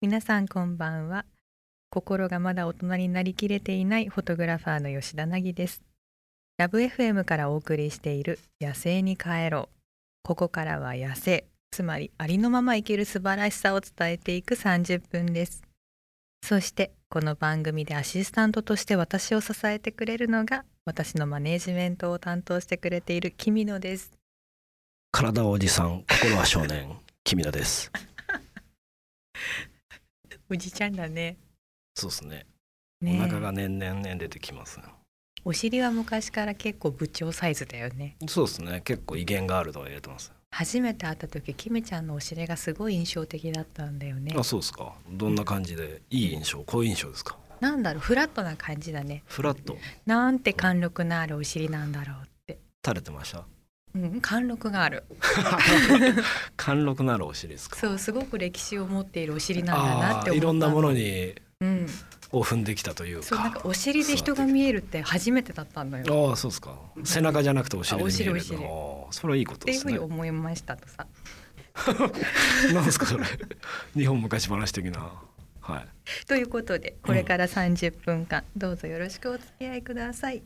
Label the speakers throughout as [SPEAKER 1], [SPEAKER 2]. [SPEAKER 1] 皆さんこんばんは心がまだ大人になりきれていないフォトグラファーの吉田凪ですラブ FM からお送りしている野生に帰ろうここからは野生つまりありのまま生きる素晴らしさを伝えていく30分ですそしてこの番組でアシスタントとして私を支えてくれるのが私のマネージメントを担当してくれているキミノです
[SPEAKER 2] 体はおじさん心は少年君野です
[SPEAKER 1] おじちゃんだね
[SPEAKER 2] そうですね
[SPEAKER 1] ねえ
[SPEAKER 2] お腹が年々ね出てきます
[SPEAKER 1] お尻は昔から結構部長サイズだよね
[SPEAKER 2] そうですね結構威厳があるとは言えてます、
[SPEAKER 1] 初めて会った時キミちゃんのお尻がすごい印象的だったんだよね
[SPEAKER 2] あそうですかどんな感じでいい印象好印象ですか
[SPEAKER 1] なんだろうフラットな感じだね
[SPEAKER 2] フラット
[SPEAKER 1] なんて貫禄のあるお尻なんだろうって
[SPEAKER 2] 垂れてました
[SPEAKER 1] うん貫禄がある
[SPEAKER 2] 貫禄なるお尻ですか
[SPEAKER 1] そうすごく歴史を持っているお尻なんだな
[SPEAKER 2] あ
[SPEAKER 1] って思っ
[SPEAKER 2] あ
[SPEAKER 1] た
[SPEAKER 2] いろんなものに
[SPEAKER 1] うん
[SPEAKER 2] を踏んできたという
[SPEAKER 1] そうなんか
[SPEAKER 2] か
[SPEAKER 1] お尻で人が見えるって初めてだったんだよっ
[SPEAKER 2] ああそうですか背中じゃなくてお尻で見える
[SPEAKER 1] あお尻お尻
[SPEAKER 2] ああそれはいいこと
[SPEAKER 1] て
[SPEAKER 2] で
[SPEAKER 1] いう
[SPEAKER 2] す
[SPEAKER 1] ふうに
[SPEAKER 2] ね
[SPEAKER 1] 思いましたとさ
[SPEAKER 2] なんですかそれ日本昔話的なはい
[SPEAKER 1] ということでこれから30分間、どうぞよろしくお付き合いください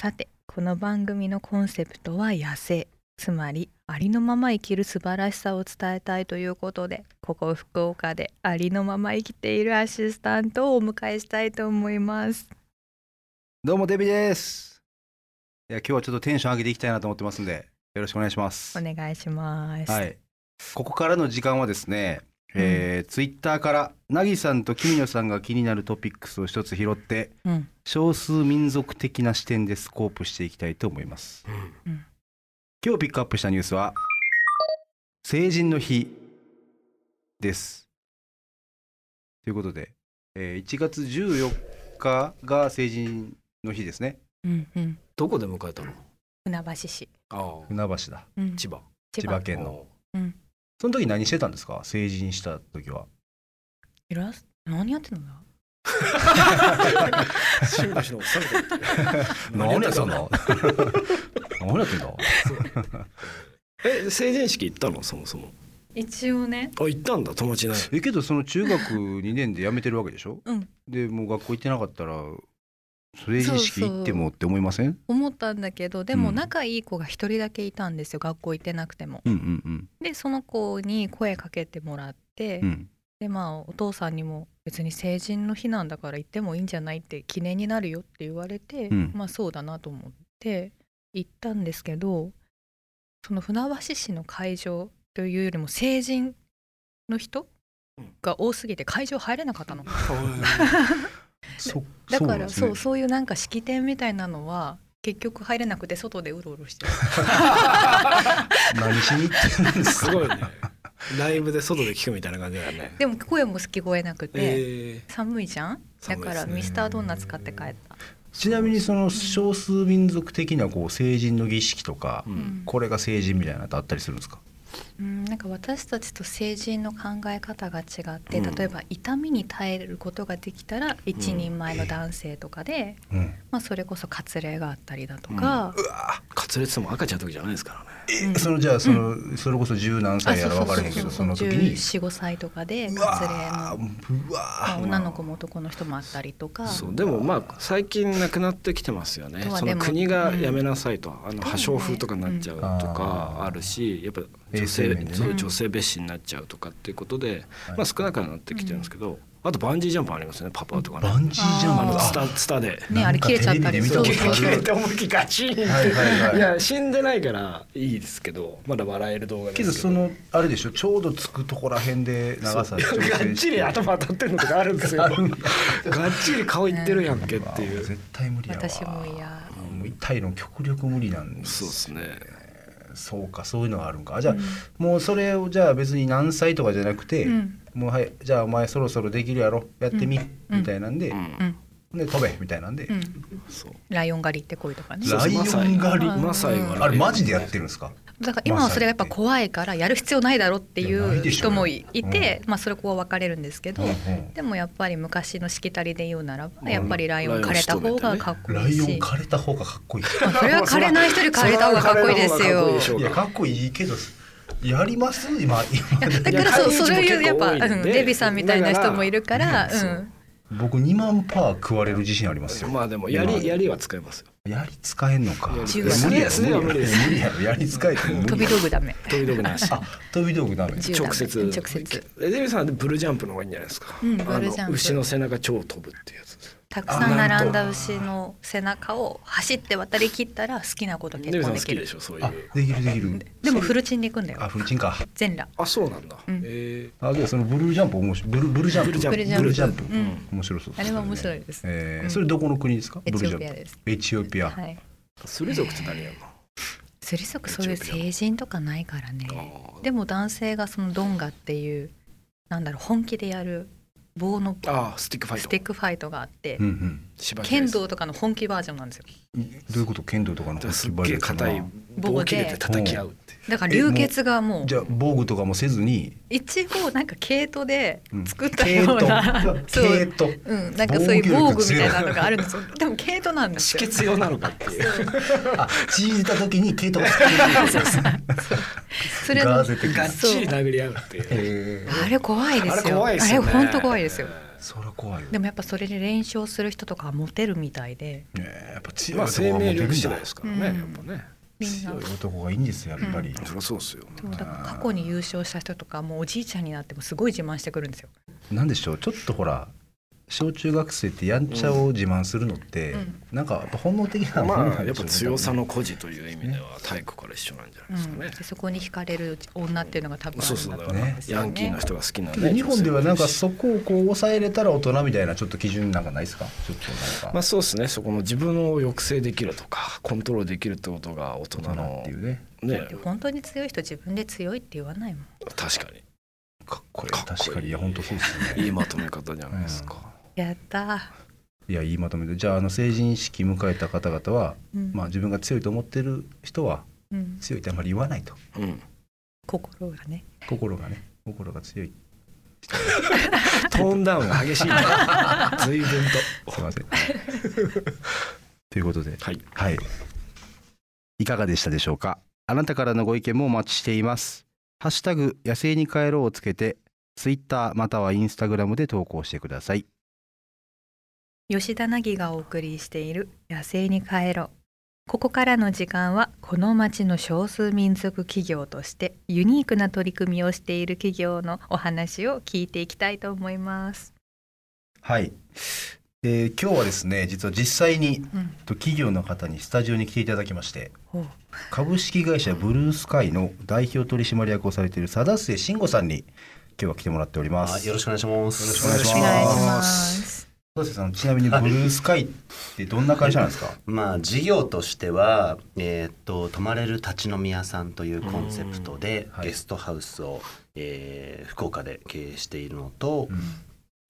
[SPEAKER 1] さてこの番組のコンセプトは野生つまりありのまま生きる素晴らしさを伝えたいということでここ福岡でありのまま生きているアシスタントをお迎えしたいと思います
[SPEAKER 3] どうもデビです。いや今日はちょっとテンション上げていきたいなと思ってますんで、よろしくお願いします。
[SPEAKER 1] お願いします、
[SPEAKER 3] はい。ここからの時間はですね、えーツイッターからなぎさんときみのさんが気になるトピックスを一つ拾って、
[SPEAKER 1] うん
[SPEAKER 3] 少数民族的な視点でスコープしていきたいと思います。
[SPEAKER 1] うん
[SPEAKER 3] 今日ピックアップしたニュースは成人の日です。ということで、えー1月14日が成人の日ですね。
[SPEAKER 1] うんうん、
[SPEAKER 2] どこで迎えたの
[SPEAKER 1] 船橋市、
[SPEAKER 2] ああ
[SPEAKER 3] 船橋だ。
[SPEAKER 1] うん
[SPEAKER 2] 千葉
[SPEAKER 3] 千葉県の。
[SPEAKER 1] うん
[SPEAKER 3] その時何してたんですか成人した時は。
[SPEAKER 1] いらす何やってんの
[SPEAKER 2] 新橋のおっさんみたいな
[SPEAKER 3] 何やってんの 何やってんの
[SPEAKER 2] え成人式行ったのそもそも
[SPEAKER 1] 一応ね
[SPEAKER 2] あ行ったんだ友達い ない
[SPEAKER 3] えけどその中学2年で辞めてるわけでしょ
[SPEAKER 1] うん
[SPEAKER 3] でもう学校行ってなかったら成人式行ってもって思いません
[SPEAKER 1] 思ったんだけどでも
[SPEAKER 3] うん
[SPEAKER 1] 仲いい子が一人だけいたんですよ学校行ってなくても。
[SPEAKER 3] うんうん
[SPEAKER 1] でその子に声かけてもらって、
[SPEAKER 3] うんうん
[SPEAKER 1] でまあお父さんにも「別に成人の日なんだから行ってもいいんじゃない?」って記念になるよって言われて、
[SPEAKER 3] うん
[SPEAKER 1] まあそうだなと思って行ったんですけどその船橋市の会場というよりも成人の人が多すぎて会場入れなか ったの。
[SPEAKER 3] そ
[SPEAKER 1] だ
[SPEAKER 3] な
[SPEAKER 1] か
[SPEAKER 3] ん
[SPEAKER 1] ら
[SPEAKER 3] です
[SPEAKER 1] そ
[SPEAKER 3] ね
[SPEAKER 1] う,、そういうなんか式典みたいなのは結局入れなくて外でうろうろしてる
[SPEAKER 3] 何しに行ってるんです
[SPEAKER 2] す
[SPEAKER 3] か
[SPEAKER 2] ごいねライブで外で聞くみたいな感じだよね
[SPEAKER 1] でも声も聞こえなくて、
[SPEAKER 2] え
[SPEAKER 1] 寒いじゃんだ
[SPEAKER 2] 寒い
[SPEAKER 1] か
[SPEAKER 2] ですね
[SPEAKER 1] らミスタードーナツ買って帰った、
[SPEAKER 3] ちなみにその少数民族的なこう成人の儀式とか、
[SPEAKER 2] ーう
[SPEAKER 1] うんん
[SPEAKER 3] これが成人みたいなのってあったりするんですか
[SPEAKER 1] うんなんか私たちと成人の考え方が違って
[SPEAKER 2] うん
[SPEAKER 1] 例えば痛みに耐えることができたら一人前の男性とかで、
[SPEAKER 3] うん
[SPEAKER 1] まあ、それこそ割礼があったりだとか、
[SPEAKER 2] カツレツも赤ちゃんの時じゃないですからね
[SPEAKER 1] うん
[SPEAKER 3] そのじゃあその、それこそ十何歳やら分からへんけどその時に
[SPEAKER 1] 1415歳とかで
[SPEAKER 3] う
[SPEAKER 1] 割礼
[SPEAKER 3] わ
[SPEAKER 1] の、
[SPEAKER 3] ーうわ
[SPEAKER 1] まあ
[SPEAKER 3] ー
[SPEAKER 1] 女の子も男の人もあったりとか
[SPEAKER 2] そうでもまあ最近なくなってきてますよね
[SPEAKER 1] とは
[SPEAKER 2] そ
[SPEAKER 1] で
[SPEAKER 2] の
[SPEAKER 1] も
[SPEAKER 2] 国がやめなさいと、あの
[SPEAKER 1] ね
[SPEAKER 2] 破傷風とかになっちゃうと
[SPEAKER 3] う
[SPEAKER 2] か
[SPEAKER 3] ん
[SPEAKER 2] あるしやっぱ
[SPEAKER 3] 衛
[SPEAKER 2] 女
[SPEAKER 3] 生
[SPEAKER 2] 性、
[SPEAKER 3] 面でね
[SPEAKER 2] そう女性蔑視になっちゃうとかっていうことで、
[SPEAKER 3] は
[SPEAKER 2] ま
[SPEAKER 3] い
[SPEAKER 2] あ、少なくはなってきてるんですけど、あとバンジージャンプありますよねパパとかね
[SPEAKER 3] バンジージャンプ
[SPEAKER 2] あ
[SPEAKER 1] あ
[SPEAKER 2] の
[SPEAKER 1] ー
[SPEAKER 2] ツタツタで。
[SPEAKER 1] ねあれ切れちゃったり
[SPEAKER 3] なんかテレビで見たことある
[SPEAKER 1] そうそうそう
[SPEAKER 2] 思いっきりガ チンって、
[SPEAKER 3] はいはいはい
[SPEAKER 2] いや死んでないからいいですけどまだ笑える動画です
[SPEAKER 3] けどそのあれでしょちょうどつくとこら辺で長さ
[SPEAKER 2] いやがっちり頭当たってるのとかあるんです よがっちり顔いってるやんけっていう、
[SPEAKER 3] 絶対無理やわ
[SPEAKER 1] 私も嫌
[SPEAKER 3] もう痛いの極力無理なんです
[SPEAKER 2] そうですね
[SPEAKER 3] そうかそういうのがあるんかあじゃあ、もうそれをじゃあ別に何歳とかじゃなくて、
[SPEAKER 1] うん
[SPEAKER 3] もうはいじゃあお前そろそろできるやろやってみ、みたいなんで、
[SPEAKER 2] ん
[SPEAKER 1] うん
[SPEAKER 3] で飛べみたいなんで、
[SPEAKER 1] うん、
[SPEAKER 2] そう
[SPEAKER 1] ライオン狩りってこいとかね
[SPEAKER 3] ライオン狩り
[SPEAKER 2] マサイは
[SPEAKER 3] あれマジでやってるんですか
[SPEAKER 1] だから今はそれがやっぱ怖いからやる必要ないだろってい
[SPEAKER 3] いやないうでしょ
[SPEAKER 1] 人
[SPEAKER 3] うよ
[SPEAKER 1] もいて、まあそれここは分かれるんですけど、
[SPEAKER 3] うんうん
[SPEAKER 1] でもやっぱり昔のしきたりで言うならばやっぱりライオン枯れた方がかっこ
[SPEAKER 3] ラ
[SPEAKER 1] いい
[SPEAKER 3] イ
[SPEAKER 1] し、
[SPEAKER 3] オン枯れた方がかっこいい
[SPEAKER 1] まあそれは枯れない人より枯れた方がかっこいいです
[SPEAKER 2] それは枯
[SPEAKER 1] よ
[SPEAKER 2] れた方がかっこいいでしょう
[SPEAKER 3] いやかっこいいけどやります今今
[SPEAKER 1] いやだからそう
[SPEAKER 2] いや
[SPEAKER 1] そういうやっぱ、
[SPEAKER 2] 彼女も結構多いね
[SPEAKER 1] うんデビさんみたいな人もいるから
[SPEAKER 2] だから
[SPEAKER 1] うん
[SPEAKER 3] 僕2万パー食われる自信ありますよ、
[SPEAKER 2] まあでもやりやりは使えますよ。
[SPEAKER 3] やり使えんのか
[SPEAKER 1] 銃は
[SPEAKER 3] 無理やろ
[SPEAKER 2] すねは無理です
[SPEAKER 3] 無理やろやり使えても無
[SPEAKER 1] 飛
[SPEAKER 3] 理
[SPEAKER 1] び
[SPEAKER 3] やろ
[SPEAKER 1] 道具ダメ
[SPEAKER 2] 飛び道具なし。
[SPEAKER 3] あ飛び道具ダメ
[SPEAKER 1] 銃ダメ
[SPEAKER 2] 直接
[SPEAKER 1] 直接
[SPEAKER 2] えデビさんはブルージャンプの方がいいんじゃないですか、
[SPEAKER 1] うんブルージャンプ
[SPEAKER 2] あの牛の背中超飛ぶっていうやつです
[SPEAKER 1] たくさん並んだ牛の背中を走って渡り切ったら好きなこと
[SPEAKER 2] デ
[SPEAKER 1] 結
[SPEAKER 2] ビさ
[SPEAKER 1] 婚
[SPEAKER 2] ん好
[SPEAKER 1] でき
[SPEAKER 2] きで
[SPEAKER 1] る
[SPEAKER 2] しょそういう
[SPEAKER 3] あできるできる
[SPEAKER 1] でもフルチンで行くんだ
[SPEAKER 3] あ
[SPEAKER 1] よ
[SPEAKER 3] フルチンか
[SPEAKER 1] 全裸
[SPEAKER 2] あそうなんだ、
[SPEAKER 1] うん
[SPEAKER 2] え
[SPEAKER 3] あけどそのブルージャンプ面白いブルブルージャンプ
[SPEAKER 2] ブルージャンプ
[SPEAKER 3] ブルージャンプ
[SPEAKER 1] ブルージャン
[SPEAKER 3] 面白そう
[SPEAKER 1] あれは面白いです
[SPEAKER 3] えー
[SPEAKER 1] うん
[SPEAKER 3] それどこの国ですか
[SPEAKER 1] エチオピア
[SPEAKER 3] ブルージャンプ
[SPEAKER 1] です
[SPEAKER 3] エチオピア、
[SPEAKER 1] はい
[SPEAKER 2] ー、スリ族って何やんの
[SPEAKER 1] スリソクそういう成人とかないからね
[SPEAKER 2] あー
[SPEAKER 1] でも男性がそのドンガっていうなんだろう本気でやる棒の
[SPEAKER 2] あースティックファイト
[SPEAKER 1] スティックファイトがあって
[SPEAKER 3] うんうん
[SPEAKER 2] 縛り合い
[SPEAKER 1] 剣
[SPEAKER 2] です
[SPEAKER 1] 道とかの本気バージョンなんですよ
[SPEAKER 3] どういうこと剣道とかの
[SPEAKER 2] だからすっげえ硬い棒を切れて叩き合うっていう
[SPEAKER 1] だから流血がもう
[SPEAKER 3] じゃあ防具とかもせずに
[SPEAKER 1] 一応なんか毛糸で
[SPEAKER 3] うん
[SPEAKER 1] 作ったような、 そ
[SPEAKER 3] 毛
[SPEAKER 1] う、
[SPEAKER 3] 糸毛糸
[SPEAKER 1] うん、なんかそういう防具
[SPEAKER 3] 防御力
[SPEAKER 1] み
[SPEAKER 3] ゼ
[SPEAKER 1] た
[SPEAKER 3] ロ
[SPEAKER 1] いなのがあるんですよでも毛糸なんです
[SPEAKER 2] 止
[SPEAKER 1] よ
[SPEAKER 2] 血用なのかっていう
[SPEAKER 3] あ縮れた時に毛糸が好き
[SPEAKER 1] それ
[SPEAKER 3] ガ
[SPEAKER 1] の
[SPEAKER 3] ーゼ的
[SPEAKER 2] がっちり
[SPEAKER 1] そう
[SPEAKER 2] 殴り合うっていう
[SPEAKER 3] えー
[SPEAKER 1] あれ怖いで
[SPEAKER 2] あれ
[SPEAKER 1] すよ
[SPEAKER 2] 怖いですよね
[SPEAKER 1] あれ本当怖いですよ
[SPEAKER 3] それは怖いよ
[SPEAKER 1] でもやっぱそれで連勝する人とかはモテるみたいで
[SPEAKER 3] ねえやっぱ強い
[SPEAKER 2] まあ
[SPEAKER 3] 男
[SPEAKER 2] 生
[SPEAKER 3] はモ
[SPEAKER 2] 命
[SPEAKER 3] テるん
[SPEAKER 2] 力次
[SPEAKER 3] だ
[SPEAKER 2] 第ですからね、
[SPEAKER 1] うん
[SPEAKER 2] やっぱね
[SPEAKER 1] みんな
[SPEAKER 3] 強い男がいいんですよやっぱり、
[SPEAKER 2] そりゃそうっすよ
[SPEAKER 1] そうだから過去に優勝した人とかもうおじいちゃんになってもすごい自慢してくるんですよ、
[SPEAKER 3] なんでしょうちょっとほら小中学生ってやんちゃを自慢するのって、
[SPEAKER 1] うん
[SPEAKER 3] なんかやっぱ本能的なもの
[SPEAKER 2] ま
[SPEAKER 3] な
[SPEAKER 2] あ
[SPEAKER 3] ん
[SPEAKER 2] や
[SPEAKER 3] で
[SPEAKER 2] っ
[SPEAKER 3] しょ
[SPEAKER 2] ぱ
[SPEAKER 3] うね
[SPEAKER 2] 強さの孤児という意味では太古から一緒なんじゃ
[SPEAKER 1] う
[SPEAKER 2] ないですか
[SPEAKER 1] ん、
[SPEAKER 2] ね
[SPEAKER 1] で、そこに惹かれる女っていうのが多分あ
[SPEAKER 2] そう
[SPEAKER 1] るん
[SPEAKER 2] そ
[SPEAKER 1] だ
[SPEAKER 2] うだ
[SPEAKER 1] と
[SPEAKER 2] か
[SPEAKER 1] 思
[SPEAKER 2] ら、
[SPEAKER 1] うんですよ
[SPEAKER 2] ヤンキー
[SPEAKER 1] ね
[SPEAKER 2] の人が好きな
[SPEAKER 3] けど
[SPEAKER 2] ね
[SPEAKER 3] 日本ではなんかそこをこう抑えれたら大人みたいなちょっと基準なんかないですかちょっとなんか、
[SPEAKER 2] まあそうですねそこの自分を抑制できるとかコントロールできるってことが大人
[SPEAKER 3] 大人
[SPEAKER 2] の
[SPEAKER 3] っていうね
[SPEAKER 2] ね
[SPEAKER 1] で本当に強い人自分で強いって言わないもん
[SPEAKER 2] 確かに
[SPEAKER 3] かっこいい
[SPEAKER 2] かっこいい
[SPEAKER 3] 確かにいや本当そうですね
[SPEAKER 2] いいまとめ方じゃないですか、
[SPEAKER 1] やったー、
[SPEAKER 3] いやいいまとめでじゃああの成人式迎えた方々は、
[SPEAKER 1] うん
[SPEAKER 3] まあ、自分が強いと思ってる人は
[SPEAKER 1] うん、
[SPEAKER 3] 強いってあんまり言わないと
[SPEAKER 2] うん、
[SPEAKER 1] 心がね
[SPEAKER 3] 心がね心が 強い
[SPEAKER 2] トーンダウンが激しいね随分と
[SPEAKER 3] すい ませんということで
[SPEAKER 2] はい
[SPEAKER 3] はい。
[SPEAKER 4] いかがでしたでしょうかあなたからのご意見もお待ちしていますハッシュタグ野生に帰ろうをつけてツイッターまたはインスタグラムで投稿してください
[SPEAKER 1] 吉田凪がお送りしている「野生に帰ろう」ここからの時間はこの町の少数民族企業としてユニークな取り組みをしている企業のお話を聞いていきたいと思います。
[SPEAKER 3] はい。えー今日はですね、実は実際に
[SPEAKER 1] うん、
[SPEAKER 3] と企業の方にスタジオに来ていただきまして、
[SPEAKER 1] ほう
[SPEAKER 3] 株式会社ブルースカイの代表取締役をされている貞末慎吾さんに今日は来てもらっております。
[SPEAKER 5] あよろしくお願いします。
[SPEAKER 3] よろしくお願いし
[SPEAKER 1] お願いしま
[SPEAKER 3] ます
[SPEAKER 1] す。
[SPEAKER 3] 貞末さん、ちなみにブルースカイってどんな会社なんですか？
[SPEAKER 5] まあ事業としては、えーっと泊まれる立ち飲み屋さんというコンセプトで
[SPEAKER 3] はい
[SPEAKER 5] ゲストハウスを、えー福岡で経営しているのと、
[SPEAKER 3] うん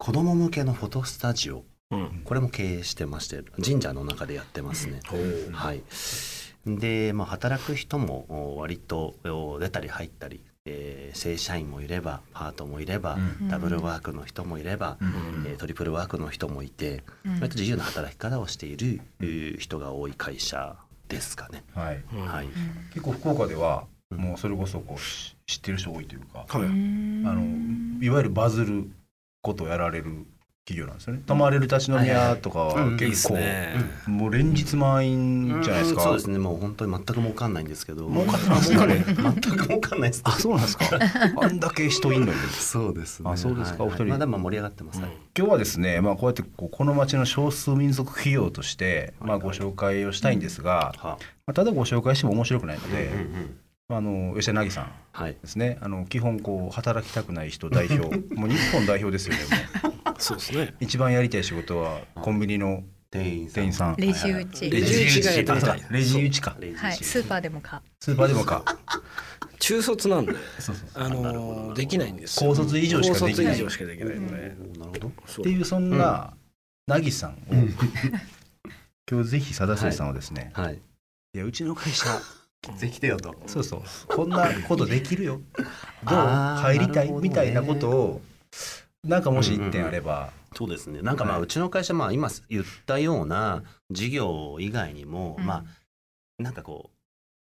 [SPEAKER 5] 子供向けのフォトスタジオ
[SPEAKER 2] うん
[SPEAKER 5] これも経営してまして神社の中でやってますね。はい。で、まあ働く人もお割とお出たり入ったり、えー正社員もいればパートもいれば、
[SPEAKER 3] うん
[SPEAKER 5] ダブルワークの人もいれば、
[SPEAKER 3] うん
[SPEAKER 5] えートリプルワークの人もいて。
[SPEAKER 1] うん
[SPEAKER 5] 割と自由な働き方をしているえー人が多い会社ですかね。
[SPEAKER 3] はい。
[SPEAKER 2] うん
[SPEAKER 5] はい。
[SPEAKER 3] 結構福岡では
[SPEAKER 5] うん
[SPEAKER 3] もうそれこそこうし知ってる人多いというか、
[SPEAKER 2] はい
[SPEAKER 3] あのいわゆるバズることをやられる企業なんですよね。泊まれる立ち飲み屋とか
[SPEAKER 5] はいはいは
[SPEAKER 3] はい結構、
[SPEAKER 2] いいっすね
[SPEAKER 3] もう連日満員じゃないですか。
[SPEAKER 5] うんそうですね。もう本当に全く儲かんないんですけど。
[SPEAKER 3] 儲かんないですね
[SPEAKER 5] 儲 全く儲かんないです。
[SPEAKER 3] あ、そうなんですか。 あんだけ人いん のに。
[SPEAKER 5] そうです
[SPEAKER 3] あそうですかお二人
[SPEAKER 5] まだまあ盛り上がってます。はい
[SPEAKER 3] 今日はですね、まあこうやってこうこの町の少数民族企業としてまあ
[SPEAKER 5] はい
[SPEAKER 3] ご紹介をしたいんですが、
[SPEAKER 5] は
[SPEAKER 3] まあただご紹介しても面白くないの
[SPEAKER 5] うんう
[SPEAKER 3] で、
[SPEAKER 5] ん
[SPEAKER 3] あの吉田凪さん
[SPEAKER 5] はい。
[SPEAKER 3] ですね、あの基本こう働きたくない人代表、 もう日本代表ですよね。もう
[SPEAKER 2] そうですね
[SPEAKER 3] 一番やりたい仕事はコンビニの
[SPEAKER 5] 店員さん。
[SPEAKER 3] 店員さん。
[SPEAKER 1] レジ打ち、
[SPEAKER 2] レジ打ちがやりたい
[SPEAKER 3] あそうだレジ打ちか。
[SPEAKER 5] レジ
[SPEAKER 1] はい、スーパーでもか。
[SPEAKER 3] スーパーでもか。
[SPEAKER 2] 中卒なんで
[SPEAKER 3] そうそう。
[SPEAKER 2] あ
[SPEAKER 5] なるほどなる
[SPEAKER 2] の
[SPEAKER 5] ほど
[SPEAKER 2] できないんですよ
[SPEAKER 3] 高卒以上しかできな
[SPEAKER 2] 高卒
[SPEAKER 3] い。
[SPEAKER 2] 以上
[SPEAKER 3] っ
[SPEAKER 2] しかできないので
[SPEAKER 5] なるほど。
[SPEAKER 2] そう
[SPEAKER 3] ていうそんな凪さんを
[SPEAKER 5] うん
[SPEAKER 3] 今日ぜひ貞末さんをですね、
[SPEAKER 5] はい。
[SPEAKER 3] いやうちの会社
[SPEAKER 5] ぜひだよと。
[SPEAKER 3] そうそうこんなことできるよどう
[SPEAKER 5] あ
[SPEAKER 3] 入
[SPEAKER 5] ー
[SPEAKER 3] りたい
[SPEAKER 5] なるほどね
[SPEAKER 3] みたいなことをなんかもし一点あれば、
[SPEAKER 5] そうですね。なんかまあ
[SPEAKER 3] はいう
[SPEAKER 5] ちの会社まあ今言ったような事業以外にもまあなんかこう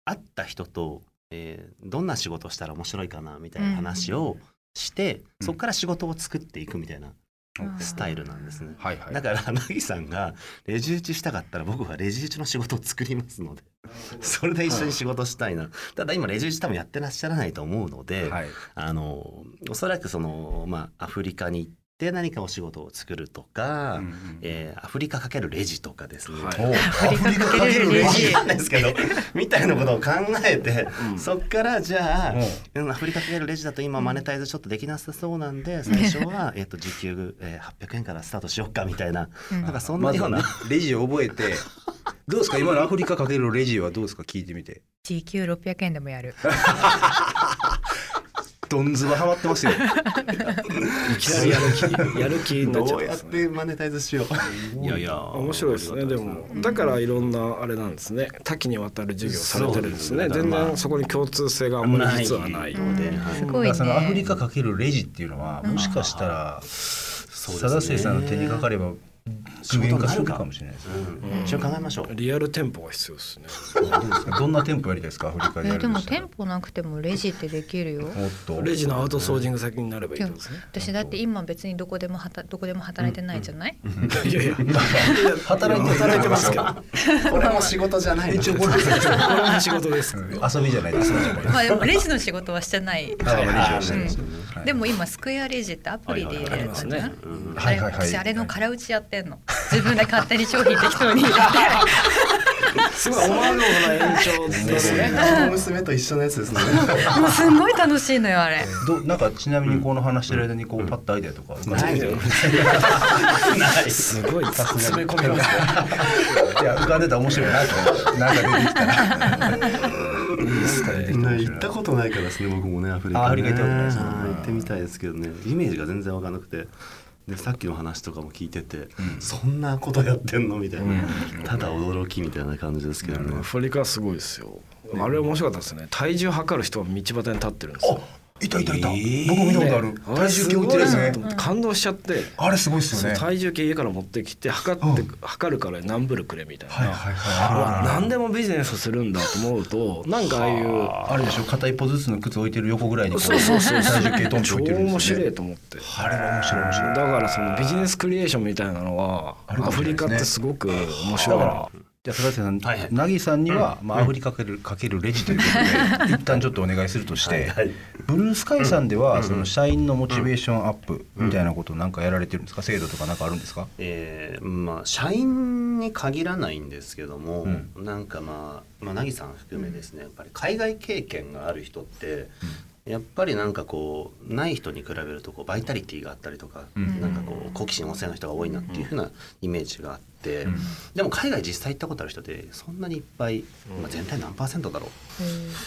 [SPEAKER 5] 会った人とえーどんな仕事したら面白いかなみたいな話をして、
[SPEAKER 4] うん
[SPEAKER 5] そこから仕事を作っていくみたいな
[SPEAKER 1] うん
[SPEAKER 5] スタイルなんですね。
[SPEAKER 3] はいはい
[SPEAKER 5] だから 凪さんがレジ打ちしたかったら僕はレジ打ちの仕事を作りますのでそれで一緒に仕事したいなただ今レジ打ち多分やってらっしゃらないと思うので、
[SPEAKER 3] はい
[SPEAKER 5] あのおそらくその、まあ、アフリカに行って何かお仕事を作るとか、えーアフリカ×レジとかですね、
[SPEAKER 4] はい
[SPEAKER 3] おう
[SPEAKER 1] アフリカかけるレ
[SPEAKER 5] わ
[SPEAKER 1] ジ
[SPEAKER 5] かんないですけどみたいなことを考えて、
[SPEAKER 4] うん
[SPEAKER 5] そっからじゃあ
[SPEAKER 3] うん、
[SPEAKER 5] うんアフリカかけるレジだと今マネタイズちょっとできなさそうなんで最初はえっと時給、えー、800円からスタートしようかみたいな
[SPEAKER 1] うん
[SPEAKER 5] なんかそん
[SPEAKER 4] ま
[SPEAKER 5] な
[SPEAKER 4] ず
[SPEAKER 5] ような、
[SPEAKER 4] ねレジを覚えてどうですか今のアフリカかけるレジはどうですか聞いてみて
[SPEAKER 1] 時給600円でもやる
[SPEAKER 4] どんずばハマってますよ
[SPEAKER 2] いきなりやる気やる気になっちゃ
[SPEAKER 5] ど
[SPEAKER 2] っ
[SPEAKER 5] う
[SPEAKER 2] てま
[SPEAKER 5] やっ
[SPEAKER 2] すね
[SPEAKER 5] てマネタイズしよういやいや
[SPEAKER 2] 面白いですねでもだからいろんなあれなんですね多岐にわたる授業されてるんですね
[SPEAKER 5] そうです
[SPEAKER 2] 全
[SPEAKER 5] ね
[SPEAKER 2] 然そこに共通性があんまり実はない
[SPEAKER 5] なので、はい
[SPEAKER 1] すごいね
[SPEAKER 3] そのアフリカかけるレジっていうのはもしかしたら
[SPEAKER 5] うです
[SPEAKER 3] 貞
[SPEAKER 5] ね
[SPEAKER 3] 生さんの手にかかれば具現化するかもしれないですね
[SPEAKER 5] うん一緒に考えましょう
[SPEAKER 2] リアル店舗が必要ですね
[SPEAKER 3] どうですかどんな店舗やりたいですかアフリカ
[SPEAKER 1] え
[SPEAKER 3] でやる
[SPEAKER 1] で
[SPEAKER 3] と
[SPEAKER 1] も
[SPEAKER 3] したら
[SPEAKER 1] 店舗なくてもレジってできるよ
[SPEAKER 3] おっと
[SPEAKER 2] レジのアウトソージング先になればいいってことですね
[SPEAKER 1] 私だって今別にどこでもはたどこでも働いてないじゃない、
[SPEAKER 2] いやいや
[SPEAKER 3] 働いて
[SPEAKER 2] 働いてますけど
[SPEAKER 3] ど
[SPEAKER 2] こ
[SPEAKER 5] これも仕事じゃないの
[SPEAKER 3] 一応これです
[SPEAKER 2] れは仕事です
[SPEAKER 3] 遊びじゃないですか
[SPEAKER 1] まあでもレジの仕事はしてない、
[SPEAKER 3] はいはい
[SPEAKER 5] はい
[SPEAKER 3] はい
[SPEAKER 1] でも今スクエアレジってアプリで入れるやつじゃん、
[SPEAKER 2] はいはいはいあり
[SPEAKER 5] うん
[SPEAKER 1] あれ
[SPEAKER 3] はいはいはい
[SPEAKER 1] 私あれの空打ちやってんの自分で勝手に商品適当 に入れて
[SPEAKER 2] すごいおまんの延長ですね
[SPEAKER 5] の娘と一緒のやつですね。
[SPEAKER 1] もうすんごい楽しいのよあれ
[SPEAKER 3] どなんかちなみにこの話してる間にこうパッとアイデアとか浮かんで
[SPEAKER 5] ない
[SPEAKER 3] きて
[SPEAKER 5] よ。
[SPEAKER 2] すごい 詰め込みます
[SPEAKER 3] いや浮かんでたら面白いなと思ってなんか出てきたな
[SPEAKER 5] ね行ったことないからですね、僕もね、アフリカ、ね。
[SPEAKER 3] あアフリカ行ったことないですね
[SPEAKER 5] はい行ってみたいですけどね、イメージが全然わかんなくて。で、さっきの話とかも聞いてて、そんなことやってんのみたいな、ただ驚きみたいな感じですけどね
[SPEAKER 2] ア。フリカすごいですよあれ面白かったですね体重測る人は道端に立ってるんですよ
[SPEAKER 3] いたいたいた僕も見たことある
[SPEAKER 2] ね
[SPEAKER 3] 体重計置いてるやつ
[SPEAKER 2] あれ
[SPEAKER 3] ね
[SPEAKER 2] すごいなと思って感動しちゃって
[SPEAKER 3] あれすごいっす
[SPEAKER 2] そ
[SPEAKER 3] よ
[SPEAKER 2] の
[SPEAKER 3] ね
[SPEAKER 2] 体重計家から持ってきて測って測るから何ブルくれみたい
[SPEAKER 3] はい
[SPEAKER 2] な
[SPEAKER 3] はい
[SPEAKER 2] うわ
[SPEAKER 3] はい
[SPEAKER 2] 何でもビジネスするんだと思うとなんかああいう
[SPEAKER 3] あれでしょ片一歩ずつの靴置いてる横ぐらいにこう
[SPEAKER 2] そうそうそう
[SPEAKER 3] 体重計トンって
[SPEAKER 2] 超
[SPEAKER 3] 置いてるん
[SPEAKER 2] 面
[SPEAKER 3] ですよ
[SPEAKER 2] 白
[SPEAKER 3] ね
[SPEAKER 2] いと思って
[SPEAKER 3] あれは面白い面
[SPEAKER 2] だ
[SPEAKER 3] 白い
[SPEAKER 2] からそのビジネスクリエーションみたいなのは
[SPEAKER 3] あるか
[SPEAKER 2] ア
[SPEAKER 3] もし
[SPEAKER 2] フ
[SPEAKER 3] れな
[SPEAKER 2] リカ
[SPEAKER 3] いですね
[SPEAKER 2] ってすごく面白いな
[SPEAKER 3] じゃあ佐々木さん、
[SPEAKER 5] はいはい
[SPEAKER 3] なぎさんには、まあ、アフリカかけるかけるレジという ことで、一旦ちょっとお願いするとして、
[SPEAKER 5] はい
[SPEAKER 3] ブルースカイさんでは、その社員のモチベーションアップみたいなことをなんかやられてるんですか、制度とかなんかあるんですか、
[SPEAKER 5] えーまあ、社員に限らないんですけども、
[SPEAKER 3] うん
[SPEAKER 5] なんかまあ、まあ、凪さん含めですねやっぱり海外経験がある人って、やっぱりなんかこうない人に比べるとこうバイタリティがあったりとか、
[SPEAKER 3] うん
[SPEAKER 5] なんかこう好奇心旺盛な人が多いなっていうふうなイメージがあって、でも海外実際行ったことある人ってそんなにいっぱい、まあ、全体何パーセントだろ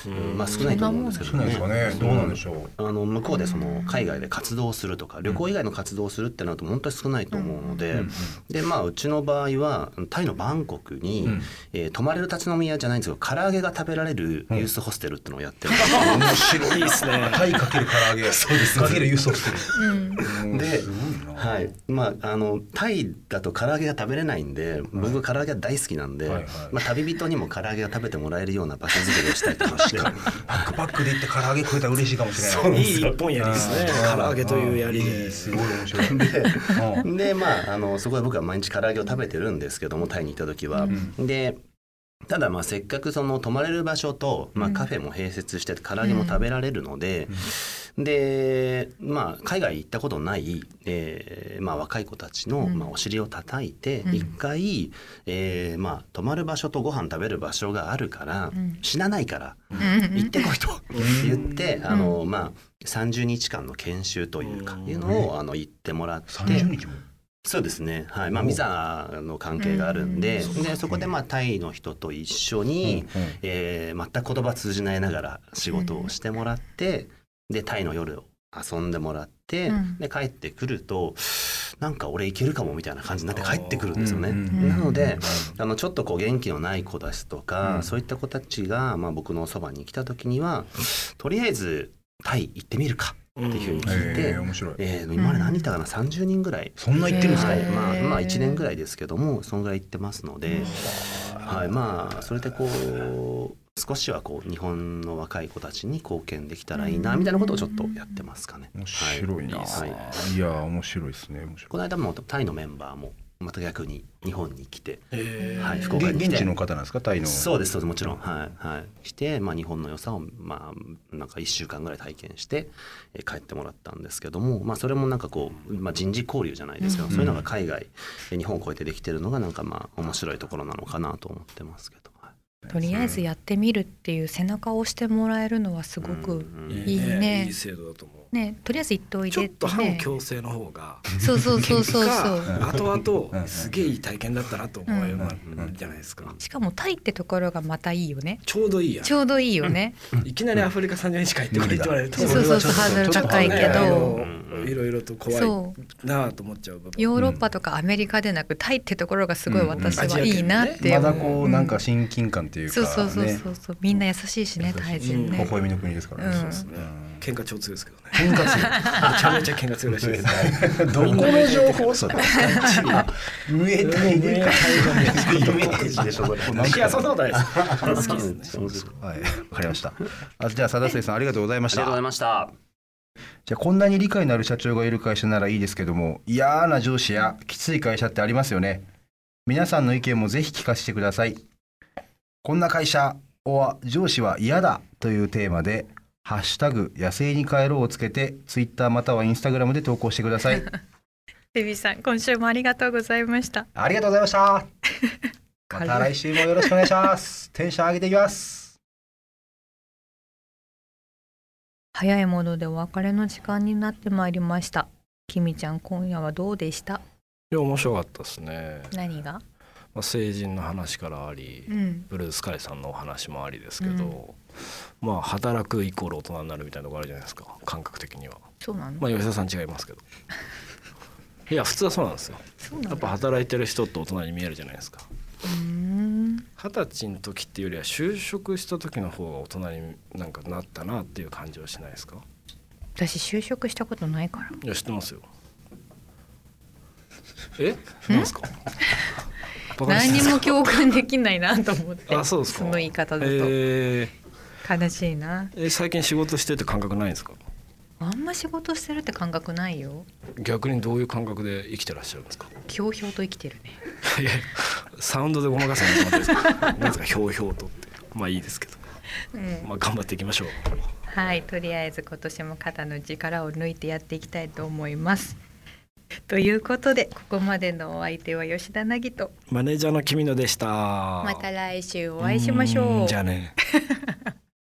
[SPEAKER 5] う、うんまあ、少ないと思うんですけ
[SPEAKER 3] 少
[SPEAKER 5] ど
[SPEAKER 3] ないですかね、どうなんでしょう、
[SPEAKER 5] あの向こうでその海外で活動するとか旅行以外の活動をするってなると本当に少ないと思うので、でまあうちの場合はタイのバンコクに、
[SPEAKER 3] うん
[SPEAKER 5] えー泊まれる立ち飲み屋じゃないんですけど唐揚げが食べられるユースホステルってのをやってるんですよ、
[SPEAKER 3] 面白いですねタイかける唐揚げそうです、かける輸送してる
[SPEAKER 1] うん
[SPEAKER 5] です
[SPEAKER 3] ごいな、
[SPEAKER 5] はいまあ、あのタイだと唐揚げが食べれないんで僕唐揚げは大好きなんで、
[SPEAKER 3] はいはい
[SPEAKER 5] まあ、旅人にも唐揚げが食べてもらえるような場所作りをしたりとかして
[SPEAKER 3] バックパックで行って唐揚げ食えたら嬉しいかもしれない
[SPEAKER 2] いい一本やりですね唐揚げというやり
[SPEAKER 3] い
[SPEAKER 2] で
[SPEAKER 3] いすごい面白い
[SPEAKER 5] で
[SPEAKER 3] うん
[SPEAKER 5] でまああのそこで僕は毎日唐揚げを食べてるんですけどもタイに行った時は。でただまあせっかくその泊まれる場所と、まあ、カフェも併設してて唐揚げも食べられるので、で、まあ、海外行ったことない、えーまあ、若い子たちの、まあ、お尻を叩いて一回、えーまあ、泊まる場所とご飯食べる場所があるから、死なないから行ってこいと言って、あのまあ、30日間の研修というかいうのをあの行ってもらって。
[SPEAKER 3] 30日も
[SPEAKER 5] そうですね、はいまあ、ビザの関係があるんで,、でそこでまあタイの人と一緒に、
[SPEAKER 3] うんうん
[SPEAKER 5] えー全く言葉通じないながら仕事をしてもらって、でタイの夜を遊んでもらって、
[SPEAKER 1] うん
[SPEAKER 5] で帰ってくるとなんか俺いけるかもみたいな感じになって帰ってくるんですよね。
[SPEAKER 3] うんうん
[SPEAKER 1] うん
[SPEAKER 5] なのであのちょっとこう元気のない子たちとか、
[SPEAKER 3] うん
[SPEAKER 5] そういった子たちが、まあ、僕のそばに来た時にはとりあえずタイ行ってみるかっていうふうに聞いて。
[SPEAKER 3] えー面白い
[SPEAKER 5] えー、今まで何人いたかな30人ぐらい
[SPEAKER 3] そんな行ってるんですか
[SPEAKER 5] はい
[SPEAKER 1] へー
[SPEAKER 5] まあ、まあ1年ぐらいですけどもそのぐらい行ってますので、はい、まあそれでこう少しはこう日本の若い子たちに貢献できたらいいなみたいなことをちょっとやってますかね。
[SPEAKER 3] 面白いな、
[SPEAKER 5] はいはい
[SPEAKER 3] い、や面白いですね面白い
[SPEAKER 5] この間もタイのメンバーもまた逆に日本に来て、はい、福岡
[SPEAKER 3] 現
[SPEAKER 5] に来
[SPEAKER 3] 現
[SPEAKER 5] て
[SPEAKER 3] 地の方なんですかタイの
[SPEAKER 5] そうですそうですもちろんはいはいして、まあ、日本の良さを、まあ、なんか1週間ぐらい体験してえー帰ってもらったんですけども、まあ、それもなんかこう、まあ、人事交流じゃないですけど、そういうのが海外えー日本を超えてできてるのがなんかまあ面白いところなのかなと思ってますけど。はい
[SPEAKER 1] とりあえずやってみるっていう背中を押してもらえるのはすご
[SPEAKER 5] う
[SPEAKER 1] く
[SPEAKER 5] ん
[SPEAKER 1] いいね
[SPEAKER 2] いい制度だと思う。
[SPEAKER 1] ねとりあえず言っておい
[SPEAKER 2] ちょ
[SPEAKER 1] で
[SPEAKER 2] ってと
[SPEAKER 1] ね
[SPEAKER 2] 反強制の方が
[SPEAKER 1] そうそうそう そうそう
[SPEAKER 2] が後
[SPEAKER 3] うん
[SPEAKER 2] 々すげえいい体験だったなと思えるじゃないですか。
[SPEAKER 1] しかもタイってところがまたいいよね
[SPEAKER 2] ちょうどいいやん
[SPEAKER 1] ち。ょうどいいよね、
[SPEAKER 2] いきなりアフリカ30日間行ってこいって言われると。
[SPEAKER 1] そう
[SPEAKER 3] れ
[SPEAKER 1] そう
[SPEAKER 3] は
[SPEAKER 1] そう
[SPEAKER 3] ちょっと
[SPEAKER 1] ハードル高いけど、
[SPEAKER 2] あのいろいろと怖い
[SPEAKER 1] そう
[SPEAKER 2] なあと思っちゃう部分。
[SPEAKER 1] ヨーロッパとかアメリカでなくタイってところがすごい私
[SPEAKER 2] うんアジ
[SPEAKER 1] は
[SPEAKER 2] ア圏
[SPEAKER 1] いいなっ
[SPEAKER 2] で
[SPEAKER 1] て思
[SPEAKER 3] ま
[SPEAKER 1] う、
[SPEAKER 3] だこうなんか親近感っていうか
[SPEAKER 1] そう
[SPEAKER 3] ね
[SPEAKER 1] そうそうそうそうみんな優しいしねタイ人
[SPEAKER 3] 微
[SPEAKER 1] ね、
[SPEAKER 3] 笑みの国ですからね、
[SPEAKER 1] うん
[SPEAKER 3] そうですね
[SPEAKER 2] 喧嘩超強いですけどね。喧嘩強い。めちゃめちゃ喧嘩強いらしい です。
[SPEAKER 3] どこの情報それ無えたいで
[SPEAKER 5] イメージでしょそれ
[SPEAKER 2] いやそんなことない です。好きですね。
[SPEAKER 5] そうですか
[SPEAKER 3] はいわかりましたあじゃあ貞末さんありがとうございま
[SPEAKER 5] あ
[SPEAKER 3] し
[SPEAKER 5] りがとうござい
[SPEAKER 3] た
[SPEAKER 5] ました。
[SPEAKER 3] じゃあこんなに理解のある社長がいる会社ならいいですけども嫌な上司やきつい会社ってありますよね皆さんの意見もぜひ聞かせてくださいこんな会社は上司は嫌だというテーマで「ハッシュタグ野生に帰ろう」をつけてツイッターまたはインスタグラムで投稿してください
[SPEAKER 1] デビーさん今週もありがとうございました
[SPEAKER 3] ありがとうございましたまた来週もよろしくお願いしますテンション上げていきます
[SPEAKER 1] 早いものでお別れの時間になってまいりましたきみちゃん今夜はどうでした
[SPEAKER 2] いや面白かったですね。
[SPEAKER 1] 何が
[SPEAKER 2] まあ成人の話からあり
[SPEAKER 1] う。ん
[SPEAKER 2] ブルースカイさんのお話もありですけど、まあ働くイコール大人になるみたいなとこあるじゃないですか感覚的には
[SPEAKER 1] そうなの、
[SPEAKER 2] まあ吉田さん違いますけ どいや普通はそうなんですよ
[SPEAKER 1] そうな
[SPEAKER 2] や
[SPEAKER 1] の
[SPEAKER 2] っぱ働いてる人って大人に見えるじゃないですか
[SPEAKER 1] うーん
[SPEAKER 2] 二十歳の時っていうよりは就職した時の方が大人になんかなったなっていう感じはしないですか
[SPEAKER 1] 私就職したことないから
[SPEAKER 2] いや知ってますよえなん ですかバカにして
[SPEAKER 1] 何
[SPEAKER 2] ん
[SPEAKER 1] に
[SPEAKER 2] すか
[SPEAKER 1] も共感できないなと思って
[SPEAKER 2] あそうですか
[SPEAKER 1] の言い方だと、
[SPEAKER 2] えー
[SPEAKER 1] 悲しいな
[SPEAKER 2] え最近仕事してて感覚ないんですか
[SPEAKER 1] あんま仕事してるって感覚ないよ
[SPEAKER 2] 逆にどういう感覚で生きてらっしゃるんですか
[SPEAKER 1] 強表と生きてるね
[SPEAKER 2] いやサウンドでごまかすのもなんです かなんですかひょうひょうとってまあいいですけど、
[SPEAKER 1] うん
[SPEAKER 2] まあ、頑張っていきましょう
[SPEAKER 1] はい、とりあえず今年も肩の力を抜いてやっていきたいと思います。ということで、ここまでのお相手は吉田凪と、
[SPEAKER 2] マネージャーの君野でした
[SPEAKER 1] また来週お会いしましょう。
[SPEAKER 2] んじゃあね